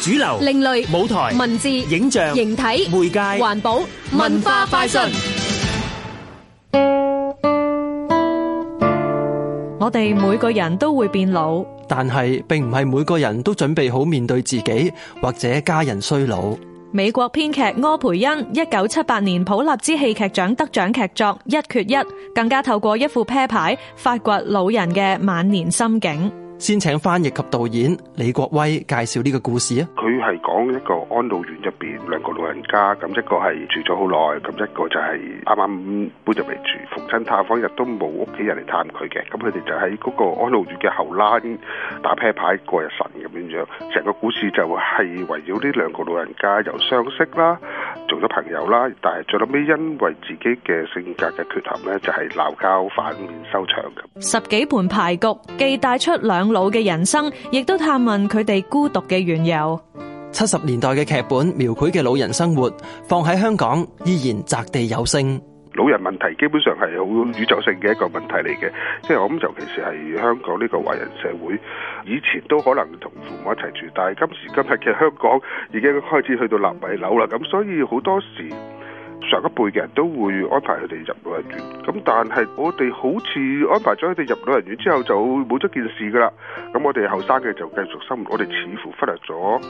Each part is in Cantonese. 主流、另類舞台、文字、影像、形體、媒介環保、文化快訊。我哋每個人都會變老，但係並唔係每個人都準備好面對自己或者家人衰老。美國編劇柯培恩一九七八年普立茲戲劇獎得獎劇作《一缺一》，更加透過一副啤牌發掘老人嘅晚年心境。先請翻譯及導演李國威介紹呢個故事啊！佢係講一個安老院入邊兩個老人家，咁一個係住咗好耐，咁一個就係啱啱搬入嚟住，逢親探訪日都冇屋企人嚟探佢嘅，咁佢哋就喺嗰個安老院嘅後欄打啤牌過日神咁樣樣。成個故事就係圍繞呢兩個老人家由相識啦，做咗朋友啦，但係最後尾因為自己嘅性格嘅缺陷呢，就係鬧交反面收場咁。十幾盤牌局既帶出兩老嘅人生，亦都探問佢哋孤獨嘅緣由。七十年代嘅劇本描繪嘅老人生活，放喺香港依然擲地有聲。老人問題基本上係好宇宙性嘅一個問題嚟嘅，即係我諗，尤其是係香港呢個華人社會，以前都可能同父母一齊住，但係今時今日嘅香港已經開始去到納米樓啦，咁所以好多時上一輩嘅人都會安排佢哋入老人院，咁但係我哋好似安排咗佢哋入老人院之後就冇咗件事㗎啦，咁我哋後生嘅就繼續生活，我哋似乎忽略咗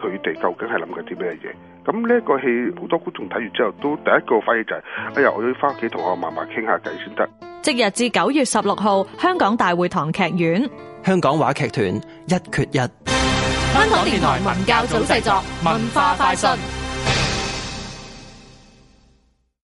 佢哋究竟係諗緊啲咩嘢。咁呢一個戲好多觀眾睇完之後都第一個反應就係、哎呀，我要翻屋企同我嫲嫲傾下偈先得。即日至九月十六號，香港大會堂劇院。香港話劇團一缺一。香港電台文教組製作，文化快訊。